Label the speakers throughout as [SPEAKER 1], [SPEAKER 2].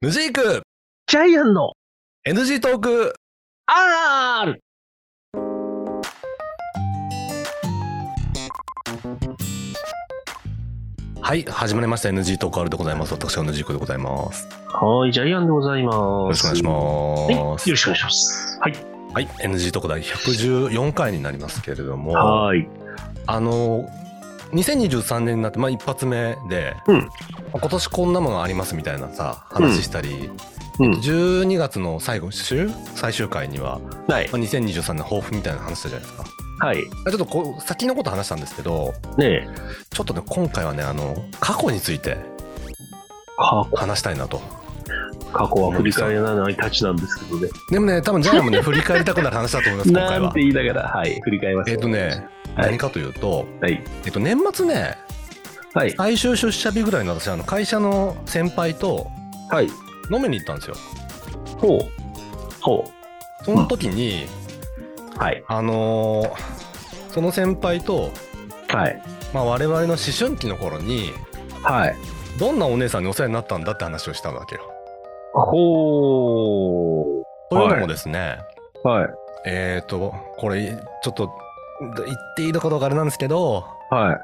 [SPEAKER 1] ヌジーク
[SPEAKER 2] ジャイアンの
[SPEAKER 1] NG トーク
[SPEAKER 2] R!
[SPEAKER 1] はい始まりました NG トークあるでございます私は NG クでございますよ
[SPEAKER 2] はい、ジャイアンでございます。よ
[SPEAKER 1] ろしくお願いしま
[SPEAKER 2] は
[SPEAKER 1] す
[SPEAKER 2] い、よろしくお願いします。はい。
[SPEAKER 1] はい NG トーク第114回になりますけれども
[SPEAKER 2] はい。
[SPEAKER 1] あの2023年になって、まあ、一発目で、
[SPEAKER 2] うん
[SPEAKER 1] まあ今年こんなものがありますみたいなさ話したり、
[SPEAKER 2] うん
[SPEAKER 1] 12月の最後週最終回には、
[SPEAKER 2] はい。
[SPEAKER 1] まあ、2023年抱負みたいなの話したじゃないですか
[SPEAKER 2] はい。
[SPEAKER 1] ちょっとこう先のこと話したんですけど
[SPEAKER 2] ねえ、
[SPEAKER 1] ちょっとね今回はねあの過去について
[SPEAKER 2] 過
[SPEAKER 1] 話したいなと
[SPEAKER 2] 去過去は振り返らないたちなんですけどね。
[SPEAKER 1] でもね多分ジャイアン もね振り返りたくなる話だと思います今回
[SPEAKER 2] なん
[SPEAKER 1] は
[SPEAKER 2] て言いながら、はい、振り返ります
[SPEAKER 1] えっ、
[SPEAKER 2] よ。
[SPEAKER 1] とね
[SPEAKER 2] はい
[SPEAKER 1] 何かというと、
[SPEAKER 2] はい。
[SPEAKER 1] えっと、年末ね
[SPEAKER 2] はい。
[SPEAKER 1] 最終出社日ぐらいの私あの会社の先輩と
[SPEAKER 2] はい。
[SPEAKER 1] 飲みに行ったんですよ
[SPEAKER 2] ほう。ほ
[SPEAKER 1] その時に、
[SPEAKER 2] う。はい。
[SPEAKER 1] あのーその先輩と、
[SPEAKER 2] はい。
[SPEAKER 1] まあ、我々の思春期の頃に
[SPEAKER 2] はい。
[SPEAKER 1] どんなお姉さんにお世話になったんだって話をしたわけよ
[SPEAKER 2] ほう。
[SPEAKER 1] というの
[SPEAKER 2] は
[SPEAKER 1] も
[SPEAKER 2] い
[SPEAKER 1] ですね、
[SPEAKER 2] はい。
[SPEAKER 1] えっ、とこれちょっと言っていいのかどうかあれなんですけど
[SPEAKER 2] は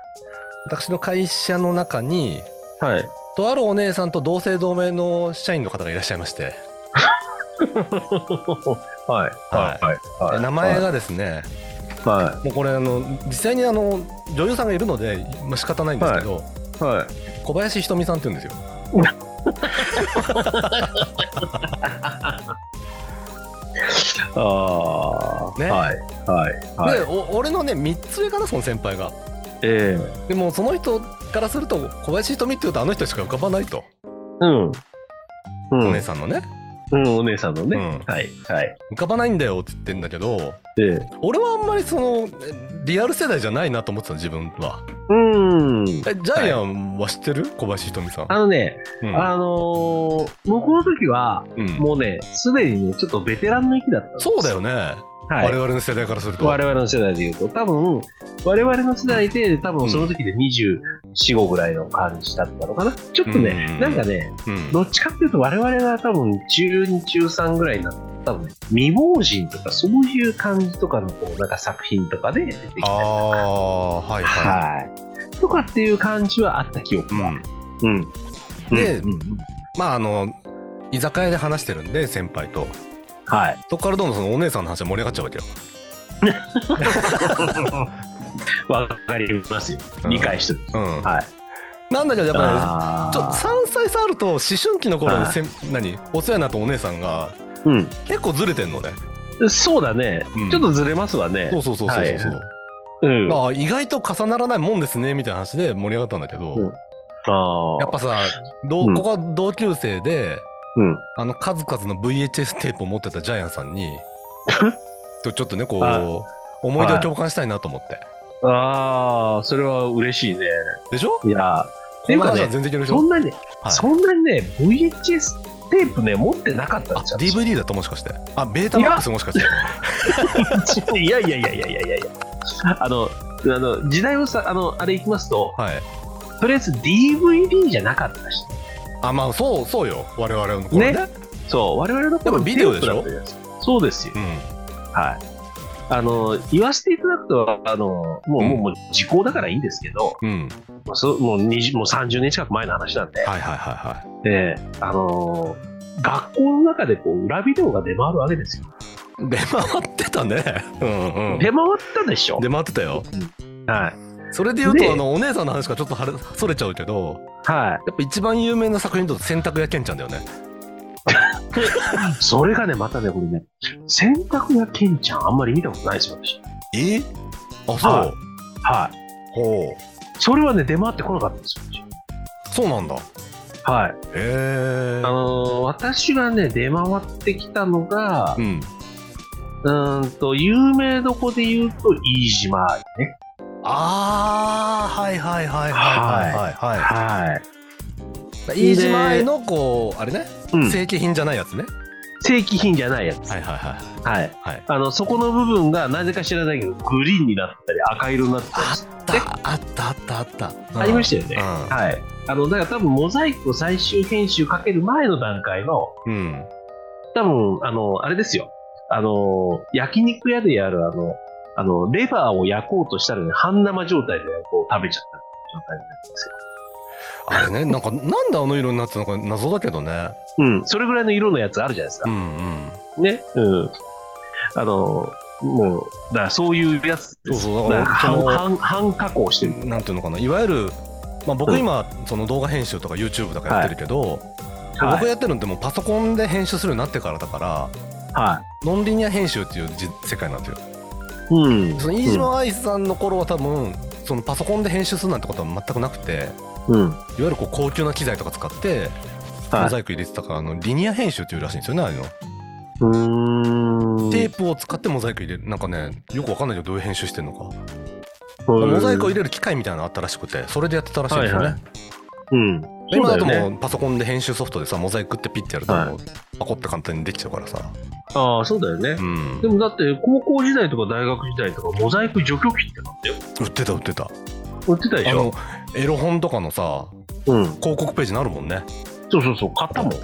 [SPEAKER 1] 私の会社の中に
[SPEAKER 2] い。 はい。
[SPEAKER 1] とあるお姉さんと同姓同名の社員の方がいらっしゃいまして、
[SPEAKER 2] はい。はい。はい。
[SPEAKER 1] 名前がですね、
[SPEAKER 2] は
[SPEAKER 1] もうこれあの実際にあの女優さんがいるので、まあ、仕方ないんですけど、
[SPEAKER 2] い。はい。
[SPEAKER 1] 小林ひとみさんって言うんですよ。
[SPEAKER 2] ああ、
[SPEAKER 1] ね
[SPEAKER 2] はいはいはい。
[SPEAKER 1] でお俺のね3つ上かなその先輩が。
[SPEAKER 2] え
[SPEAKER 1] でもその人からすると小林ひとみって言うとあの人しか浮かばないと、
[SPEAKER 2] えうん。う
[SPEAKER 1] お
[SPEAKER 2] ん
[SPEAKER 1] 姉、さんのね、
[SPEAKER 2] うん、お姉さんのね、
[SPEAKER 1] う
[SPEAKER 2] はいはい
[SPEAKER 1] 浮かばないんだよって言ってんだけど
[SPEAKER 2] ええ
[SPEAKER 1] 俺はあんまりそのえリアル世代じゃないなと思ってたの自分は。
[SPEAKER 2] うん
[SPEAKER 1] えジャイアンは知ってる、小林ひとみさん。
[SPEAKER 2] あのね、
[SPEAKER 1] うん
[SPEAKER 2] あのー、僕の時は
[SPEAKER 1] うん
[SPEAKER 2] もうねすでにねちょっとベテランの域だったんです
[SPEAKER 1] そうだよね、
[SPEAKER 2] はい、
[SPEAKER 1] 我々の世代からすると。
[SPEAKER 2] 我々の世代でいうと多分我々の世代で多分その時で245ぐらいの感じだったのかなちょっとね、
[SPEAKER 1] うん
[SPEAKER 2] なんかね
[SPEAKER 1] うん
[SPEAKER 2] どっちかっていうと我々が多分12中3ぐらいになって多分ね未亡人とかそういう感じとかのこうなんか作品とかで出てきたりと
[SPEAKER 1] あ
[SPEAKER 2] か
[SPEAKER 1] あはいは
[SPEAKER 2] はい。とかっていう感じはあった記
[SPEAKER 1] い、
[SPEAKER 2] 憶
[SPEAKER 1] う
[SPEAKER 2] は。
[SPEAKER 1] ん、
[SPEAKER 2] うん。
[SPEAKER 1] で
[SPEAKER 2] うん、
[SPEAKER 1] まああの居酒屋で話してるんで先輩と
[SPEAKER 2] はい。
[SPEAKER 1] そこからどんどんそのお姉さんの話が盛り上がっちゃうわけよ、
[SPEAKER 2] わかりますよ。
[SPEAKER 1] うん
[SPEAKER 2] 理解してる。
[SPEAKER 1] うん、
[SPEAKER 2] はい。
[SPEAKER 1] なんだけどやっぱ
[SPEAKER 2] あ
[SPEAKER 1] ね
[SPEAKER 2] ー
[SPEAKER 1] ちょ3歳差あると思春期の頃にせん 何お世話になったお姉さんが結構ずれてんのね
[SPEAKER 2] うん。そうだね
[SPEAKER 1] うん。
[SPEAKER 2] ちょっとずれますわね
[SPEAKER 1] そ。うそうそうそうそうそう、
[SPEAKER 2] うん。あ
[SPEAKER 1] あ意外と重ならないもんですねみたいな話で盛り上がったんだけど、
[SPEAKER 2] うんあ。
[SPEAKER 1] やっぱさど
[SPEAKER 2] う
[SPEAKER 1] うんここは同級生で、
[SPEAKER 2] うん。
[SPEAKER 1] あの数々の VHS テープを持ってたジャイアンさん にとちょっとねこ
[SPEAKER 2] は
[SPEAKER 1] う思い出を共感したいなと思って
[SPEAKER 2] ああ、それは嬉しいね。
[SPEAKER 1] でしょ
[SPEAKER 2] いやー、
[SPEAKER 1] 今じゃ
[SPEAKER 2] てかね
[SPEAKER 1] 全然いけるでし
[SPEAKER 2] そ
[SPEAKER 1] ょ
[SPEAKER 2] んな
[SPEAKER 1] は
[SPEAKER 2] に、
[SPEAKER 1] い
[SPEAKER 2] そんなにね、VHS テープね、持ってなかった
[SPEAKER 1] あ
[SPEAKER 2] んですよ。
[SPEAKER 1] DVD だともしかしてあベータマックスもしかして
[SPEAKER 2] いやいやいやいやいやいやいや。あの、あの時代をさ、あの、あれいきますと、
[SPEAKER 1] はい
[SPEAKER 2] とりあえず DVD じゃなかったし、
[SPEAKER 1] あまあそうそうよ我々の頃ね
[SPEAKER 2] ねそう、我々の頃
[SPEAKER 1] でもビデオでしょ
[SPEAKER 2] テープだったじゃないですかそうですよ
[SPEAKER 1] う。ん
[SPEAKER 2] はい。あの、言わせていただくと、あの、も
[SPEAKER 1] う
[SPEAKER 2] う、
[SPEAKER 1] ん
[SPEAKER 2] もう、もう、時効だからいいんですけど、
[SPEAKER 1] うん
[SPEAKER 2] もうそもう20もう30年近く前の話なんで、
[SPEAKER 1] はいはいはいはい
[SPEAKER 2] ええあの、学校の中でこう裏ビデオが出回るわけですよ。
[SPEAKER 1] 出回ってたねうんうん
[SPEAKER 2] 出回ったでしょ。
[SPEAKER 1] 出回ってたよ
[SPEAKER 2] はい。
[SPEAKER 1] それで言うと
[SPEAKER 2] で
[SPEAKER 1] あのお姉さんの話からちょっとはれそれちゃうけど
[SPEAKER 2] はい。
[SPEAKER 1] やっぱ一番有名な作品だと洗濯屋けんちゃんだよね
[SPEAKER 2] それがね、またね、これね、洗濯屋ケンちゃん、あんまり見たことないですよ、私。
[SPEAKER 1] えあそう、
[SPEAKER 2] はいはい。
[SPEAKER 1] ほう
[SPEAKER 2] それはね、出回ってこなかったんですよ、
[SPEAKER 1] そうなんだへ
[SPEAKER 2] 私。はい。
[SPEAKER 1] え
[SPEAKER 2] あのー私がね、出回ってきたのが
[SPEAKER 1] う、ん
[SPEAKER 2] うーんと、有名どこで言うと、飯島愛ね。
[SPEAKER 1] ああはいはいはいはいはいは
[SPEAKER 2] はい。
[SPEAKER 1] い飯島愛のこうあれね
[SPEAKER 2] うん、
[SPEAKER 1] 正規品じゃないやつね
[SPEAKER 2] 正規品じゃないやつ。
[SPEAKER 1] は
[SPEAKER 2] はいい。
[SPEAKER 1] はいはいはい
[SPEAKER 2] あの、そこの部分がなぜか知らないけど、グリーンになったり、赤色になったり。
[SPEAKER 1] あったあったあったあったうん
[SPEAKER 2] ありましたよね。
[SPEAKER 1] うん
[SPEAKER 2] はい。あの、だから多分モザイクを最終編集かける前の段階の、
[SPEAKER 1] うん
[SPEAKER 2] 多分、あの、あれですよ。あの、焼肉屋でやるあの、あの、レバーを焼こうとしたらね、半生状態でこう食べちゃった状態になるんですよ。
[SPEAKER 1] あれねなんかなんであの色になってたのか謎だけどね
[SPEAKER 2] うん。それぐらいの色のやつあるじゃないです
[SPEAKER 1] う
[SPEAKER 2] か。
[SPEAKER 1] んうん
[SPEAKER 2] ね。うん。あの、もう、だからそういうやつ
[SPEAKER 1] そうそう
[SPEAKER 2] だ
[SPEAKER 1] だ
[SPEAKER 2] か
[SPEAKER 1] からら
[SPEAKER 2] 半
[SPEAKER 1] その
[SPEAKER 2] 半半加工してる。
[SPEAKER 1] なんていうのかないわゆる、まあ、
[SPEAKER 2] う
[SPEAKER 1] 僕
[SPEAKER 2] ん
[SPEAKER 1] 今、その動画編集とか YouTube とかやってるけど、
[SPEAKER 2] は
[SPEAKER 1] 僕
[SPEAKER 2] い。
[SPEAKER 1] やってるのってもうパソコンで編集するようになってからだから
[SPEAKER 2] は
[SPEAKER 1] ノンリニア編集っていうじ世界なんですよ
[SPEAKER 2] い。うん。
[SPEAKER 1] その飯島愛さんの頃は多分そのパソコンで編集するなんてことは全くなくて
[SPEAKER 2] うん。うん。
[SPEAKER 1] いわゆるこう高級な機材とか使ってモ
[SPEAKER 2] はい
[SPEAKER 1] ザイク入れてたからあのリニア編集っていうらしいんですよねああいうの
[SPEAKER 2] うーん。
[SPEAKER 1] テープを使ってモザイク入れるなんかねよくわかんないけどどういう編集してんのか
[SPEAKER 2] モ
[SPEAKER 1] モザイクを入れる機械みたいなのあったらしくてそれでやってたらしいんですよね、
[SPEAKER 2] はいはうん。
[SPEAKER 1] 今だ
[SPEAKER 2] そ
[SPEAKER 1] と
[SPEAKER 2] うよね
[SPEAKER 1] もうパソコンで編集ソフトでさモザイクってピッてやると
[SPEAKER 2] はい
[SPEAKER 1] もうパコって簡単にできちゃうからさ、
[SPEAKER 2] ああ、そうだよね
[SPEAKER 1] う。ん
[SPEAKER 2] で、もだって、高校時代とか大学時代とか、モザイク除去機ってなったよ。
[SPEAKER 1] 売ってた売ってた
[SPEAKER 2] 売ってたで
[SPEAKER 1] あ
[SPEAKER 2] しょ
[SPEAKER 1] のエロ本とかのさ
[SPEAKER 2] うん。
[SPEAKER 1] 広告ページになるもんね
[SPEAKER 2] そうそうそう、買ったもん。買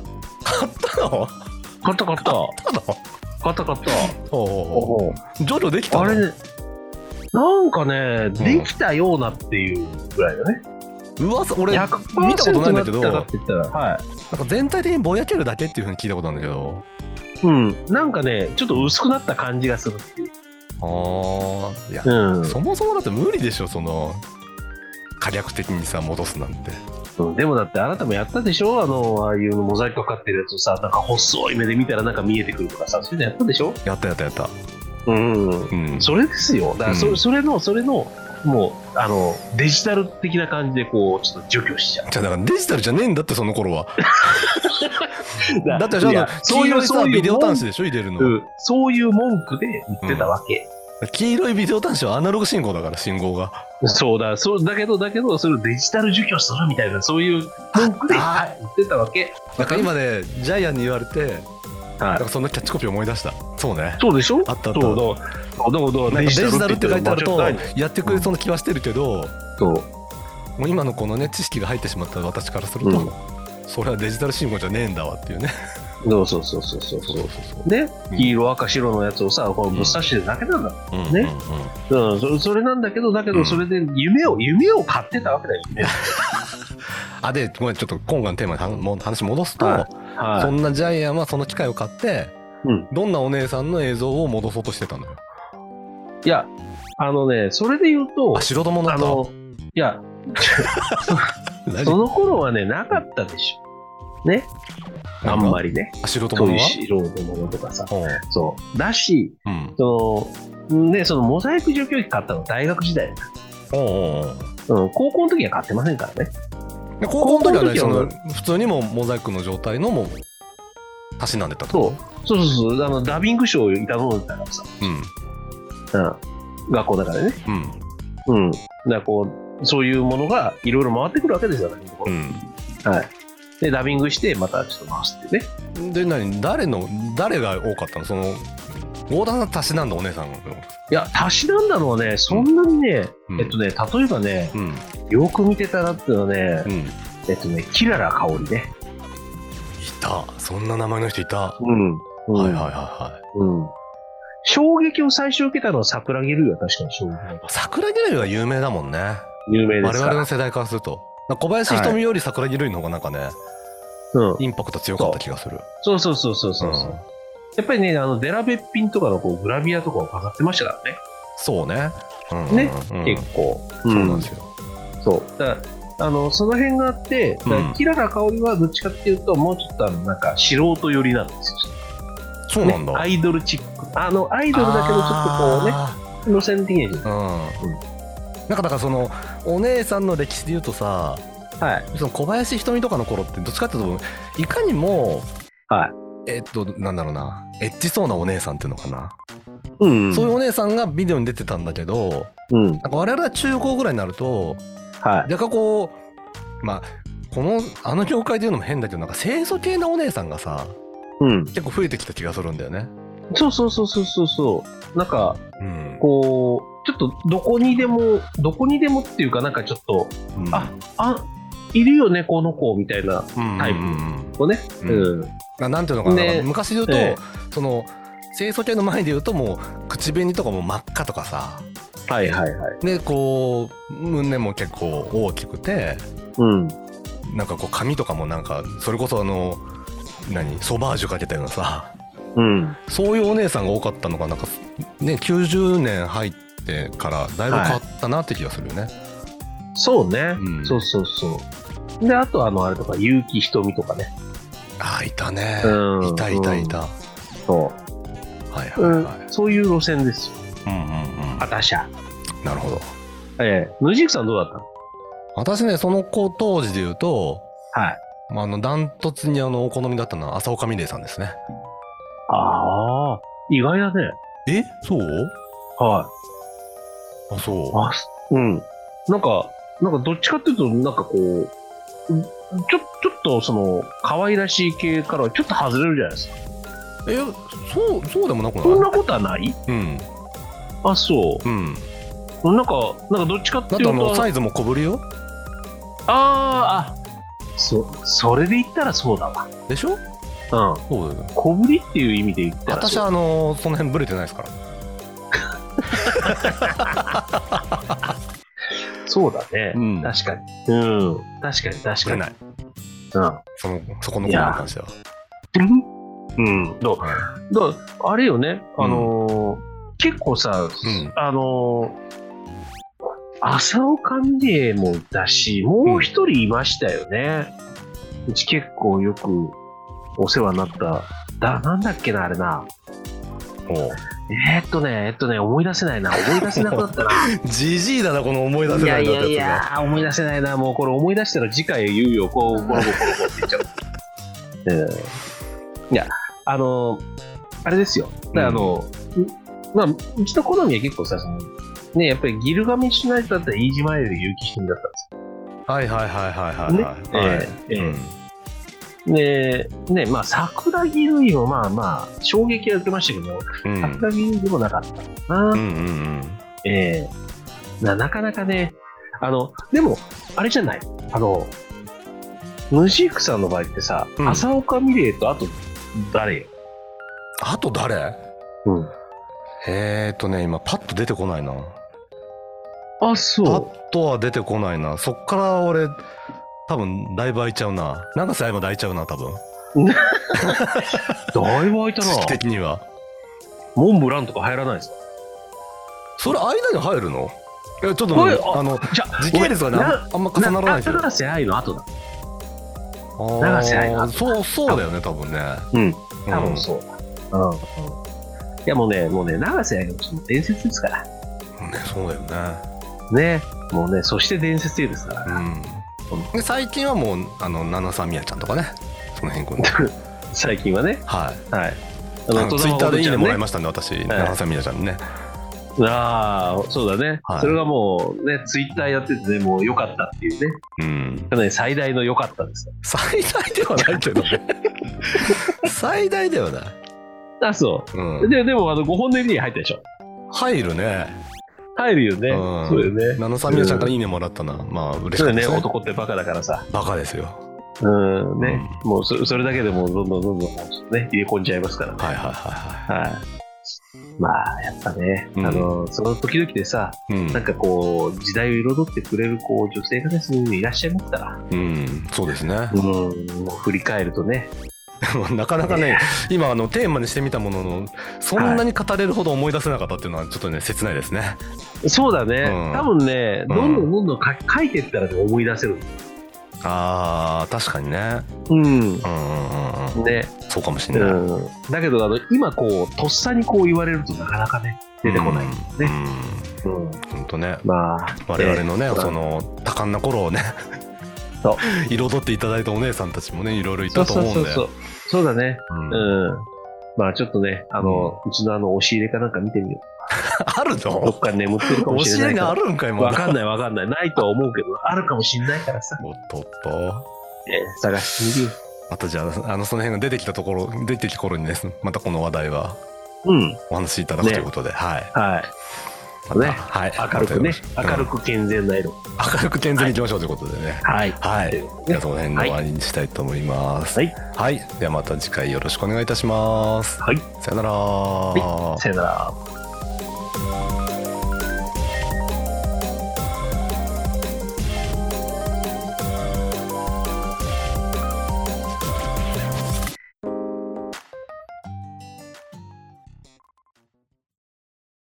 [SPEAKER 1] 買ったの
[SPEAKER 2] った買った。
[SPEAKER 1] ただ
[SPEAKER 2] 買った買った。
[SPEAKER 1] おうおうおうジョジョできたの
[SPEAKER 2] あれね、なんかね、
[SPEAKER 1] ん
[SPEAKER 2] できたようなっていうぐらいだね。
[SPEAKER 1] 噂俺なんか
[SPEAKER 2] 100%
[SPEAKER 1] 見たことないんだけど
[SPEAKER 2] なったかって言ったら、はい。
[SPEAKER 1] 全体的にぼやけるだけっていうふうに聞いたことあるんだけど
[SPEAKER 2] うん。なんかね、ちょっと薄くなった感じがするっていう。
[SPEAKER 1] ああいや、
[SPEAKER 2] うん。
[SPEAKER 1] そもそもだって無理でしょその火力的にさ戻すなんて
[SPEAKER 2] うんでもだってあなたもやったでしょあの、ああいうモザイクかかってるやつをさ、なんか細い目で見たらなんか見えてくるとかさ、そういうのやったでしょ
[SPEAKER 1] やったやったやった
[SPEAKER 2] うん。
[SPEAKER 1] うん
[SPEAKER 2] それですよ。だからそ、
[SPEAKER 1] うん
[SPEAKER 2] それの、それの、もう、あの、デジタル的な感じで、こう、ちょっと除去しちゃう。
[SPEAKER 1] じゃあだからデジタルじゃねえんだってその頃はだってじ
[SPEAKER 2] い
[SPEAKER 1] ゃ
[SPEAKER 2] や
[SPEAKER 1] あ黄色いさビデオ端子でしょ入れるの、
[SPEAKER 2] 文句うんそういう文句で言ってたわけ。
[SPEAKER 1] 黄色いビデオ端子はアナログ信号だから信号が
[SPEAKER 2] そうだ、そう、だけど、だけど、それをデジタル除去するみたいな、そういう文句で
[SPEAKER 1] あ
[SPEAKER 2] はい言ってたわけ。
[SPEAKER 1] なんか今ねジャイアンに言われてなん
[SPEAKER 2] はい
[SPEAKER 1] かそんなキャッチコピー思い出したそうね
[SPEAKER 2] そうでしょ
[SPEAKER 1] あったあった
[SPEAKER 2] そうだからそうだから
[SPEAKER 1] なんかデジタルって書いてあると
[SPEAKER 2] 間違ってない
[SPEAKER 1] やってくれそうな気はしてるけど、
[SPEAKER 2] そう
[SPEAKER 1] もう今のこのね知識が入ってしまった私からすると、
[SPEAKER 2] うん
[SPEAKER 1] それはデジタル信号じゃねえんだわっていうね
[SPEAKER 2] そうそうそうそうそうそう
[SPEAKER 1] そ
[SPEAKER 2] ね、
[SPEAKER 1] うん
[SPEAKER 2] 黄色赤白のやつをさこれぶっ刺してるだけなんだ、
[SPEAKER 1] ううん
[SPEAKER 2] ね
[SPEAKER 1] うんうん
[SPEAKER 2] うん、それそれなんだけどだけ
[SPEAKER 1] う
[SPEAKER 2] ど
[SPEAKER 1] ん
[SPEAKER 2] それで夢を、夢を買ってたわけだよね、
[SPEAKER 1] あでごめんちょっと今回のテーマにはもう話戻すと、
[SPEAKER 2] は は
[SPEAKER 1] そんなジャイアンはその機械を買って、
[SPEAKER 2] うん
[SPEAKER 1] どんなお姉さんの映像を戻そうとしてたのよ
[SPEAKER 2] い、いやあのねそれで言うと
[SPEAKER 1] あ白友だ
[SPEAKER 2] あ
[SPEAKER 1] った
[SPEAKER 2] のいや
[SPEAKER 1] 何
[SPEAKER 2] その頃はねなかったでしょねあんまりね
[SPEAKER 1] あ白
[SPEAKER 2] そう
[SPEAKER 1] 友
[SPEAKER 2] いう
[SPEAKER 1] は
[SPEAKER 2] 素人ものとかさ
[SPEAKER 1] ほう
[SPEAKER 2] そうだし
[SPEAKER 1] うん
[SPEAKER 2] そのねそのモザイク除去機買ったの大学時代、
[SPEAKER 1] おうおうおう
[SPEAKER 2] うん、高校の時は買ってませんからね
[SPEAKER 1] で高校の時はね
[SPEAKER 2] 高
[SPEAKER 1] そ
[SPEAKER 2] 校の
[SPEAKER 1] の
[SPEAKER 2] 時
[SPEAKER 1] 普通にもうモザイクの状態のもうたしなんでたと
[SPEAKER 2] そうそうそうそうあのダビング賞をいただいたからさ
[SPEAKER 1] うん
[SPEAKER 2] うん、学校の中でね、
[SPEAKER 1] うん
[SPEAKER 2] うん、だからこうそういうものがいろいろ回ってくるわけですよ、ね
[SPEAKER 1] う
[SPEAKER 2] はい、でダビングしてまたちょっと回してね
[SPEAKER 1] んで何誰の誰が多かったのその合田さんたしなんだお姉さんの
[SPEAKER 2] いや足しなんだのはねそんなにね、
[SPEAKER 1] うん
[SPEAKER 2] えっとね例えばね
[SPEAKER 1] うん
[SPEAKER 2] よく見てたなっていうのはね、
[SPEAKER 1] うんい
[SPEAKER 2] えっとねキララ香りね、
[SPEAKER 1] たそんな名前の人いた、
[SPEAKER 2] うんうん
[SPEAKER 1] はいはいはいはい
[SPEAKER 2] うん、衝撃を最初受けたのは桜木ルイは確かに衝撃
[SPEAKER 1] 桜木瑠は有名だもんね
[SPEAKER 2] 有名で
[SPEAKER 1] 我
[SPEAKER 2] すか
[SPEAKER 1] 々
[SPEAKER 2] ら
[SPEAKER 1] の世代からするとなんか小林瞳より桜木瑠の方がなんかね、
[SPEAKER 2] うん、
[SPEAKER 1] インパクト強かった気がする
[SPEAKER 2] そうそうそうそうそう、う
[SPEAKER 1] うん
[SPEAKER 2] やっぱりねあのデラべっぴんとかのこうグラビアとかを飾ってましたからね、
[SPEAKER 1] そうね、うんうん
[SPEAKER 2] ね
[SPEAKER 1] うん
[SPEAKER 2] 結構、
[SPEAKER 1] そう
[SPEAKER 2] う
[SPEAKER 1] なんんですよ、
[SPEAKER 2] そう。だからあのその辺があって、だから
[SPEAKER 1] うん
[SPEAKER 2] キララ香織はどっちかっていうと、もうちょっとあのなんか素人寄りなんです
[SPEAKER 1] そう
[SPEAKER 2] よ、
[SPEAKER 1] なんだ、
[SPEAKER 2] ね。アイドルチック。あの、アイドルだけど、ちょ
[SPEAKER 1] あ
[SPEAKER 2] っとこうね、路線的にはちょっ
[SPEAKER 1] ーうん
[SPEAKER 2] うん
[SPEAKER 1] なんかだからそのお姉さんの歴史で言うとさ
[SPEAKER 2] と。はい。
[SPEAKER 1] その小林瞳とかの頃ってどっちかっていうといかにも
[SPEAKER 2] はい。
[SPEAKER 1] えっとなんだろうなエッチそうなお姉さんっていうのかな、
[SPEAKER 2] うん
[SPEAKER 1] そういうお姉さんがビデオに出てたんだけど
[SPEAKER 2] うん。
[SPEAKER 1] なんか我々は中高ぐらいになると
[SPEAKER 2] は
[SPEAKER 1] 若干こうまあこのあの業界でいうのも変だけどなんか清楚系なお姉さんがさ
[SPEAKER 2] い。うん。
[SPEAKER 1] 結構増えてきた気がするんだよね。
[SPEAKER 2] そうそうそうそうそうそう。なんか、
[SPEAKER 1] うん。
[SPEAKER 2] こう、ちょっとどこにでも、どこにでもっていうかなんかちょっと、
[SPEAKER 1] うん
[SPEAKER 2] あ、あ、いるよね、この子みたいな
[SPEAKER 1] うん
[SPEAKER 2] タイプ
[SPEAKER 1] うんうん
[SPEAKER 2] 子ね。
[SPEAKER 1] う
[SPEAKER 2] うんん。
[SPEAKER 1] ななんていうのかな、
[SPEAKER 2] ね
[SPEAKER 1] だから昔で言うと、
[SPEAKER 2] え
[SPEAKER 1] その清楚系の前で言うともう口紅とかも真っ赤とかさ
[SPEAKER 2] はいはいはい。
[SPEAKER 1] でこう胸も結構大きくて
[SPEAKER 2] うん。
[SPEAKER 1] なんかこう髪とかもなんかそれこそあの何ソバージュかけたようなさ
[SPEAKER 2] うん。
[SPEAKER 1] そういうお姉さんが多かったのがなんか、ね、90年入ってからだいぶ変わったなって気がするよね。
[SPEAKER 2] そうね。
[SPEAKER 1] うん
[SPEAKER 2] そうそうそう。で、あとあの、あれとか、結城ひとみとかね。
[SPEAKER 1] ああいたね、
[SPEAKER 2] うん
[SPEAKER 1] いたいたいた、
[SPEAKER 2] そ
[SPEAKER 1] はいは
[SPEAKER 2] う。
[SPEAKER 1] い
[SPEAKER 2] うん
[SPEAKER 1] はい、。
[SPEAKER 2] そういう路線ですよ。
[SPEAKER 1] うんうんうん
[SPEAKER 2] あたしゃ。
[SPEAKER 1] なるほど
[SPEAKER 2] ええ。野宿さんどうだったの
[SPEAKER 1] 私ねその子当時で言うと
[SPEAKER 2] はい。
[SPEAKER 1] まあ、あのダントツにあのお好みだったのは朝岡美玲さんですね。
[SPEAKER 2] ああ、意外だね。
[SPEAKER 1] えそう
[SPEAKER 2] はい。
[SPEAKER 1] あそ
[SPEAKER 2] あ、すうん。なんか、なんかどっちかっていうと、なんかこう、うんちょ、ちょっとその、可愛らしい系からはちょっと外れるじゃないですか。
[SPEAKER 1] うえそうそうでもなくない
[SPEAKER 2] そんなことはない
[SPEAKER 1] うん
[SPEAKER 2] あ、そ
[SPEAKER 1] うん
[SPEAKER 2] う。なんか、なんかどっちかって
[SPEAKER 1] だ
[SPEAKER 2] い
[SPEAKER 1] っ
[SPEAKER 2] う
[SPEAKER 1] てあ
[SPEAKER 2] と、
[SPEAKER 1] の
[SPEAKER 2] あ
[SPEAKER 1] サイズも小ぶりよ
[SPEAKER 2] あー、あ、そ、それで言ったらそうだわ。
[SPEAKER 1] でしょ
[SPEAKER 2] うん。
[SPEAKER 1] そうだよね
[SPEAKER 2] 小ぶりっていう意味で言ったら
[SPEAKER 1] 私
[SPEAKER 2] そう
[SPEAKER 1] はあのその辺ブレてないですから
[SPEAKER 2] そうだね。
[SPEAKER 1] うん
[SPEAKER 2] 確かに。うん。確かに、確
[SPEAKER 1] ブ
[SPEAKER 2] か
[SPEAKER 1] レ
[SPEAKER 2] に。
[SPEAKER 1] ない
[SPEAKER 2] うん。
[SPEAKER 1] そのそこの子に関しては
[SPEAKER 2] うん、だだあれよね、あのー結構さ、
[SPEAKER 1] ん
[SPEAKER 2] あのー浅岡美恵もだし、もう一人いましたよね。うち結構よくお世話になった、だなんだっけな、あれな。
[SPEAKER 1] おう
[SPEAKER 2] えーっとね、えっとね、思い出せないな、思い出せなくなったな。
[SPEAKER 1] ジジイだなこの思い出
[SPEAKER 2] い
[SPEAKER 1] せな
[SPEAKER 2] や
[SPEAKER 1] い
[SPEAKER 2] い
[SPEAKER 1] なっ
[SPEAKER 2] や
[SPEAKER 1] て
[SPEAKER 2] い
[SPEAKER 1] や
[SPEAKER 2] や、思い出せないな、もうこれ思い出したら次回言うよ、こう、この子、この子って言っちゃう。えーいや、あの、あれですよ、だからあの、うまあ、うちの好みは結構さ、そのね、やっぱりギルガメッシュナイトだったら、イージマイルで有機品だったんです
[SPEAKER 1] つがはいはいはいはいはいはい、はい
[SPEAKER 2] ねええええ
[SPEAKER 1] うん
[SPEAKER 2] よ。で、ね、まあ、桜木ルイもまあまあ、衝撃は受けましたけど、
[SPEAKER 1] うん
[SPEAKER 2] 桜木ルイでもなかったな。
[SPEAKER 1] うんうんうん
[SPEAKER 2] ええななかなかね、あの、でも、あれじゃない、あの、ムジークさんの場合ってさ、
[SPEAKER 1] うん
[SPEAKER 2] 朝岡美玲とあと誰よ、
[SPEAKER 1] あと誰
[SPEAKER 2] うん、
[SPEAKER 1] えーとね今パッと出てこないな
[SPEAKER 2] あ、
[SPEAKER 1] パ
[SPEAKER 2] そ
[SPEAKER 1] ッとは出てこないなそっから俺多分だいぶ空いちゃうな永瀬愛も空いちゃうな多分
[SPEAKER 2] う。だいぶ空いた
[SPEAKER 1] 知
[SPEAKER 2] な
[SPEAKER 1] 識。的には
[SPEAKER 2] モンブランとか入らないですか
[SPEAKER 1] それ間に入るのいやちょっと
[SPEAKER 2] おい
[SPEAKER 1] ね
[SPEAKER 2] あ
[SPEAKER 1] あの
[SPEAKER 2] じゃあ、
[SPEAKER 1] 時系列がね
[SPEAKER 2] ごめん
[SPEAKER 1] あんあんま重ならないんですよ
[SPEAKER 2] 長瀬愛の後だ。
[SPEAKER 1] あ
[SPEAKER 2] 永瀬愛
[SPEAKER 1] ー
[SPEAKER 2] が
[SPEAKER 1] そうそうだよね多分ね
[SPEAKER 2] うん。
[SPEAKER 1] うん
[SPEAKER 2] 多分そうだ。うん。うんいやもうね、もうね、長瀬愛のその伝説ですから。
[SPEAKER 1] ねそうだよね
[SPEAKER 2] ね。もうね、そして伝説ですから。
[SPEAKER 1] うんで最近はもうあの七三宮ちゃんとかねその辺こう
[SPEAKER 2] 最近はね。
[SPEAKER 1] はい
[SPEAKER 2] はい。
[SPEAKER 1] あのツイッターでいいねもらい
[SPEAKER 2] ま
[SPEAKER 1] ましたんで私七三宮ちゃんにね
[SPEAKER 2] ああ、そうだね、
[SPEAKER 1] はい
[SPEAKER 2] それがもうね、ツイッターやっててね、もう良かったっていうね、
[SPEAKER 1] うん
[SPEAKER 2] かなり最大の良かったです。
[SPEAKER 1] 最大ではないけど ね最大ではない、
[SPEAKER 2] あ、そうう。
[SPEAKER 1] ん、
[SPEAKER 2] で、でも、あの、5本の指に入ったでしょ。
[SPEAKER 1] 入るね
[SPEAKER 2] 入るよね。
[SPEAKER 1] うん
[SPEAKER 2] そうよね。
[SPEAKER 1] 七三宮ちゃんからいいねもらったな、まあ嬉し
[SPEAKER 2] そう
[SPEAKER 1] かったで
[SPEAKER 2] だよね、
[SPEAKER 1] すね
[SPEAKER 2] 男ってバカだからさ。
[SPEAKER 1] バカですよ
[SPEAKER 2] うん、ね、
[SPEAKER 1] う
[SPEAKER 2] もうそ、それだけでも、どんどんどんどん、ね、入れ込んじゃいますからね。
[SPEAKER 1] はいはいはいは
[SPEAKER 2] はい。まあ、やっぱね、
[SPEAKER 1] うん
[SPEAKER 2] あの、その時々でさ、
[SPEAKER 1] いうん
[SPEAKER 2] なんかこう、時代を彩ってくれる、こう、女性がね、そういうのいらっしゃいますから。
[SPEAKER 1] うん、そうですね
[SPEAKER 2] うん、もう振り返るとね。
[SPEAKER 1] なかなかね今あのテーマにしてみたもののそんなに語れるほど思い出せなかったっていうのはちょっとね切ないですね
[SPEAKER 2] そうだね、
[SPEAKER 1] うん
[SPEAKER 2] 多分ね、
[SPEAKER 1] うん
[SPEAKER 2] どんどんどんどん書書いてったらね思い出せる。
[SPEAKER 1] あー確かにね
[SPEAKER 2] うん。
[SPEAKER 1] うんうんうんうん
[SPEAKER 2] ね、
[SPEAKER 1] そうかもし
[SPEAKER 2] う
[SPEAKER 1] れない、
[SPEAKER 2] ん。だけど、あの、今こう、とっさにこう言われるとなかなかね、出てこない。
[SPEAKER 1] うん
[SPEAKER 2] ねうん。
[SPEAKER 1] うん、ほんとね
[SPEAKER 2] まあ、
[SPEAKER 1] 我々のね、
[SPEAKER 2] ええ
[SPEAKER 1] その多感な頃をね
[SPEAKER 2] そう
[SPEAKER 1] 彩っていただいたお姉さんたちもねいろいろいた
[SPEAKER 2] そう
[SPEAKER 1] と
[SPEAKER 2] そう
[SPEAKER 1] 思う
[SPEAKER 2] そ
[SPEAKER 1] ん
[SPEAKER 2] う
[SPEAKER 1] で
[SPEAKER 2] そう。そうだね。
[SPEAKER 1] うん
[SPEAKER 2] うん。まあ、ちょっとね、あの、うちのあの、押し入れかなんか見てみよ
[SPEAKER 1] ある
[SPEAKER 2] う。ど
[SPEAKER 1] の
[SPEAKER 2] っかに眠ってるかも
[SPEAKER 1] 教
[SPEAKER 2] しれな
[SPEAKER 1] え
[SPEAKER 2] いか
[SPEAKER 1] があ
[SPEAKER 2] ら。
[SPEAKER 1] るんかいま
[SPEAKER 2] わ
[SPEAKER 1] だ
[SPEAKER 2] かんないわかんない。ないとは思うけど、あるかもしれないからさ。
[SPEAKER 1] おっとっと
[SPEAKER 2] ええ探してみるよ。
[SPEAKER 1] またじゃあ、あの、その辺が出てきたところ、出てきた頃にですね、またこの話題は
[SPEAKER 2] うん。
[SPEAKER 1] お話しいただくということで、はい。
[SPEAKER 2] はい。
[SPEAKER 1] また
[SPEAKER 2] ね
[SPEAKER 1] はい。
[SPEAKER 2] 明るくね、
[SPEAKER 1] また
[SPEAKER 2] 明るく健全な色。
[SPEAKER 1] うん明るく健全にいきましょうということでね。
[SPEAKER 2] はい。
[SPEAKER 1] はい。
[SPEAKER 2] とい
[SPEAKER 1] じ
[SPEAKER 2] うこ
[SPEAKER 1] ゃ
[SPEAKER 2] とで
[SPEAKER 1] あ、
[SPEAKER 2] ね
[SPEAKER 1] その辺で終わりにしたいと思います。
[SPEAKER 2] はい。
[SPEAKER 1] はい。ではまた次回よろしくお願いいたします。
[SPEAKER 2] はい。
[SPEAKER 1] さよなら。
[SPEAKER 2] さよなら。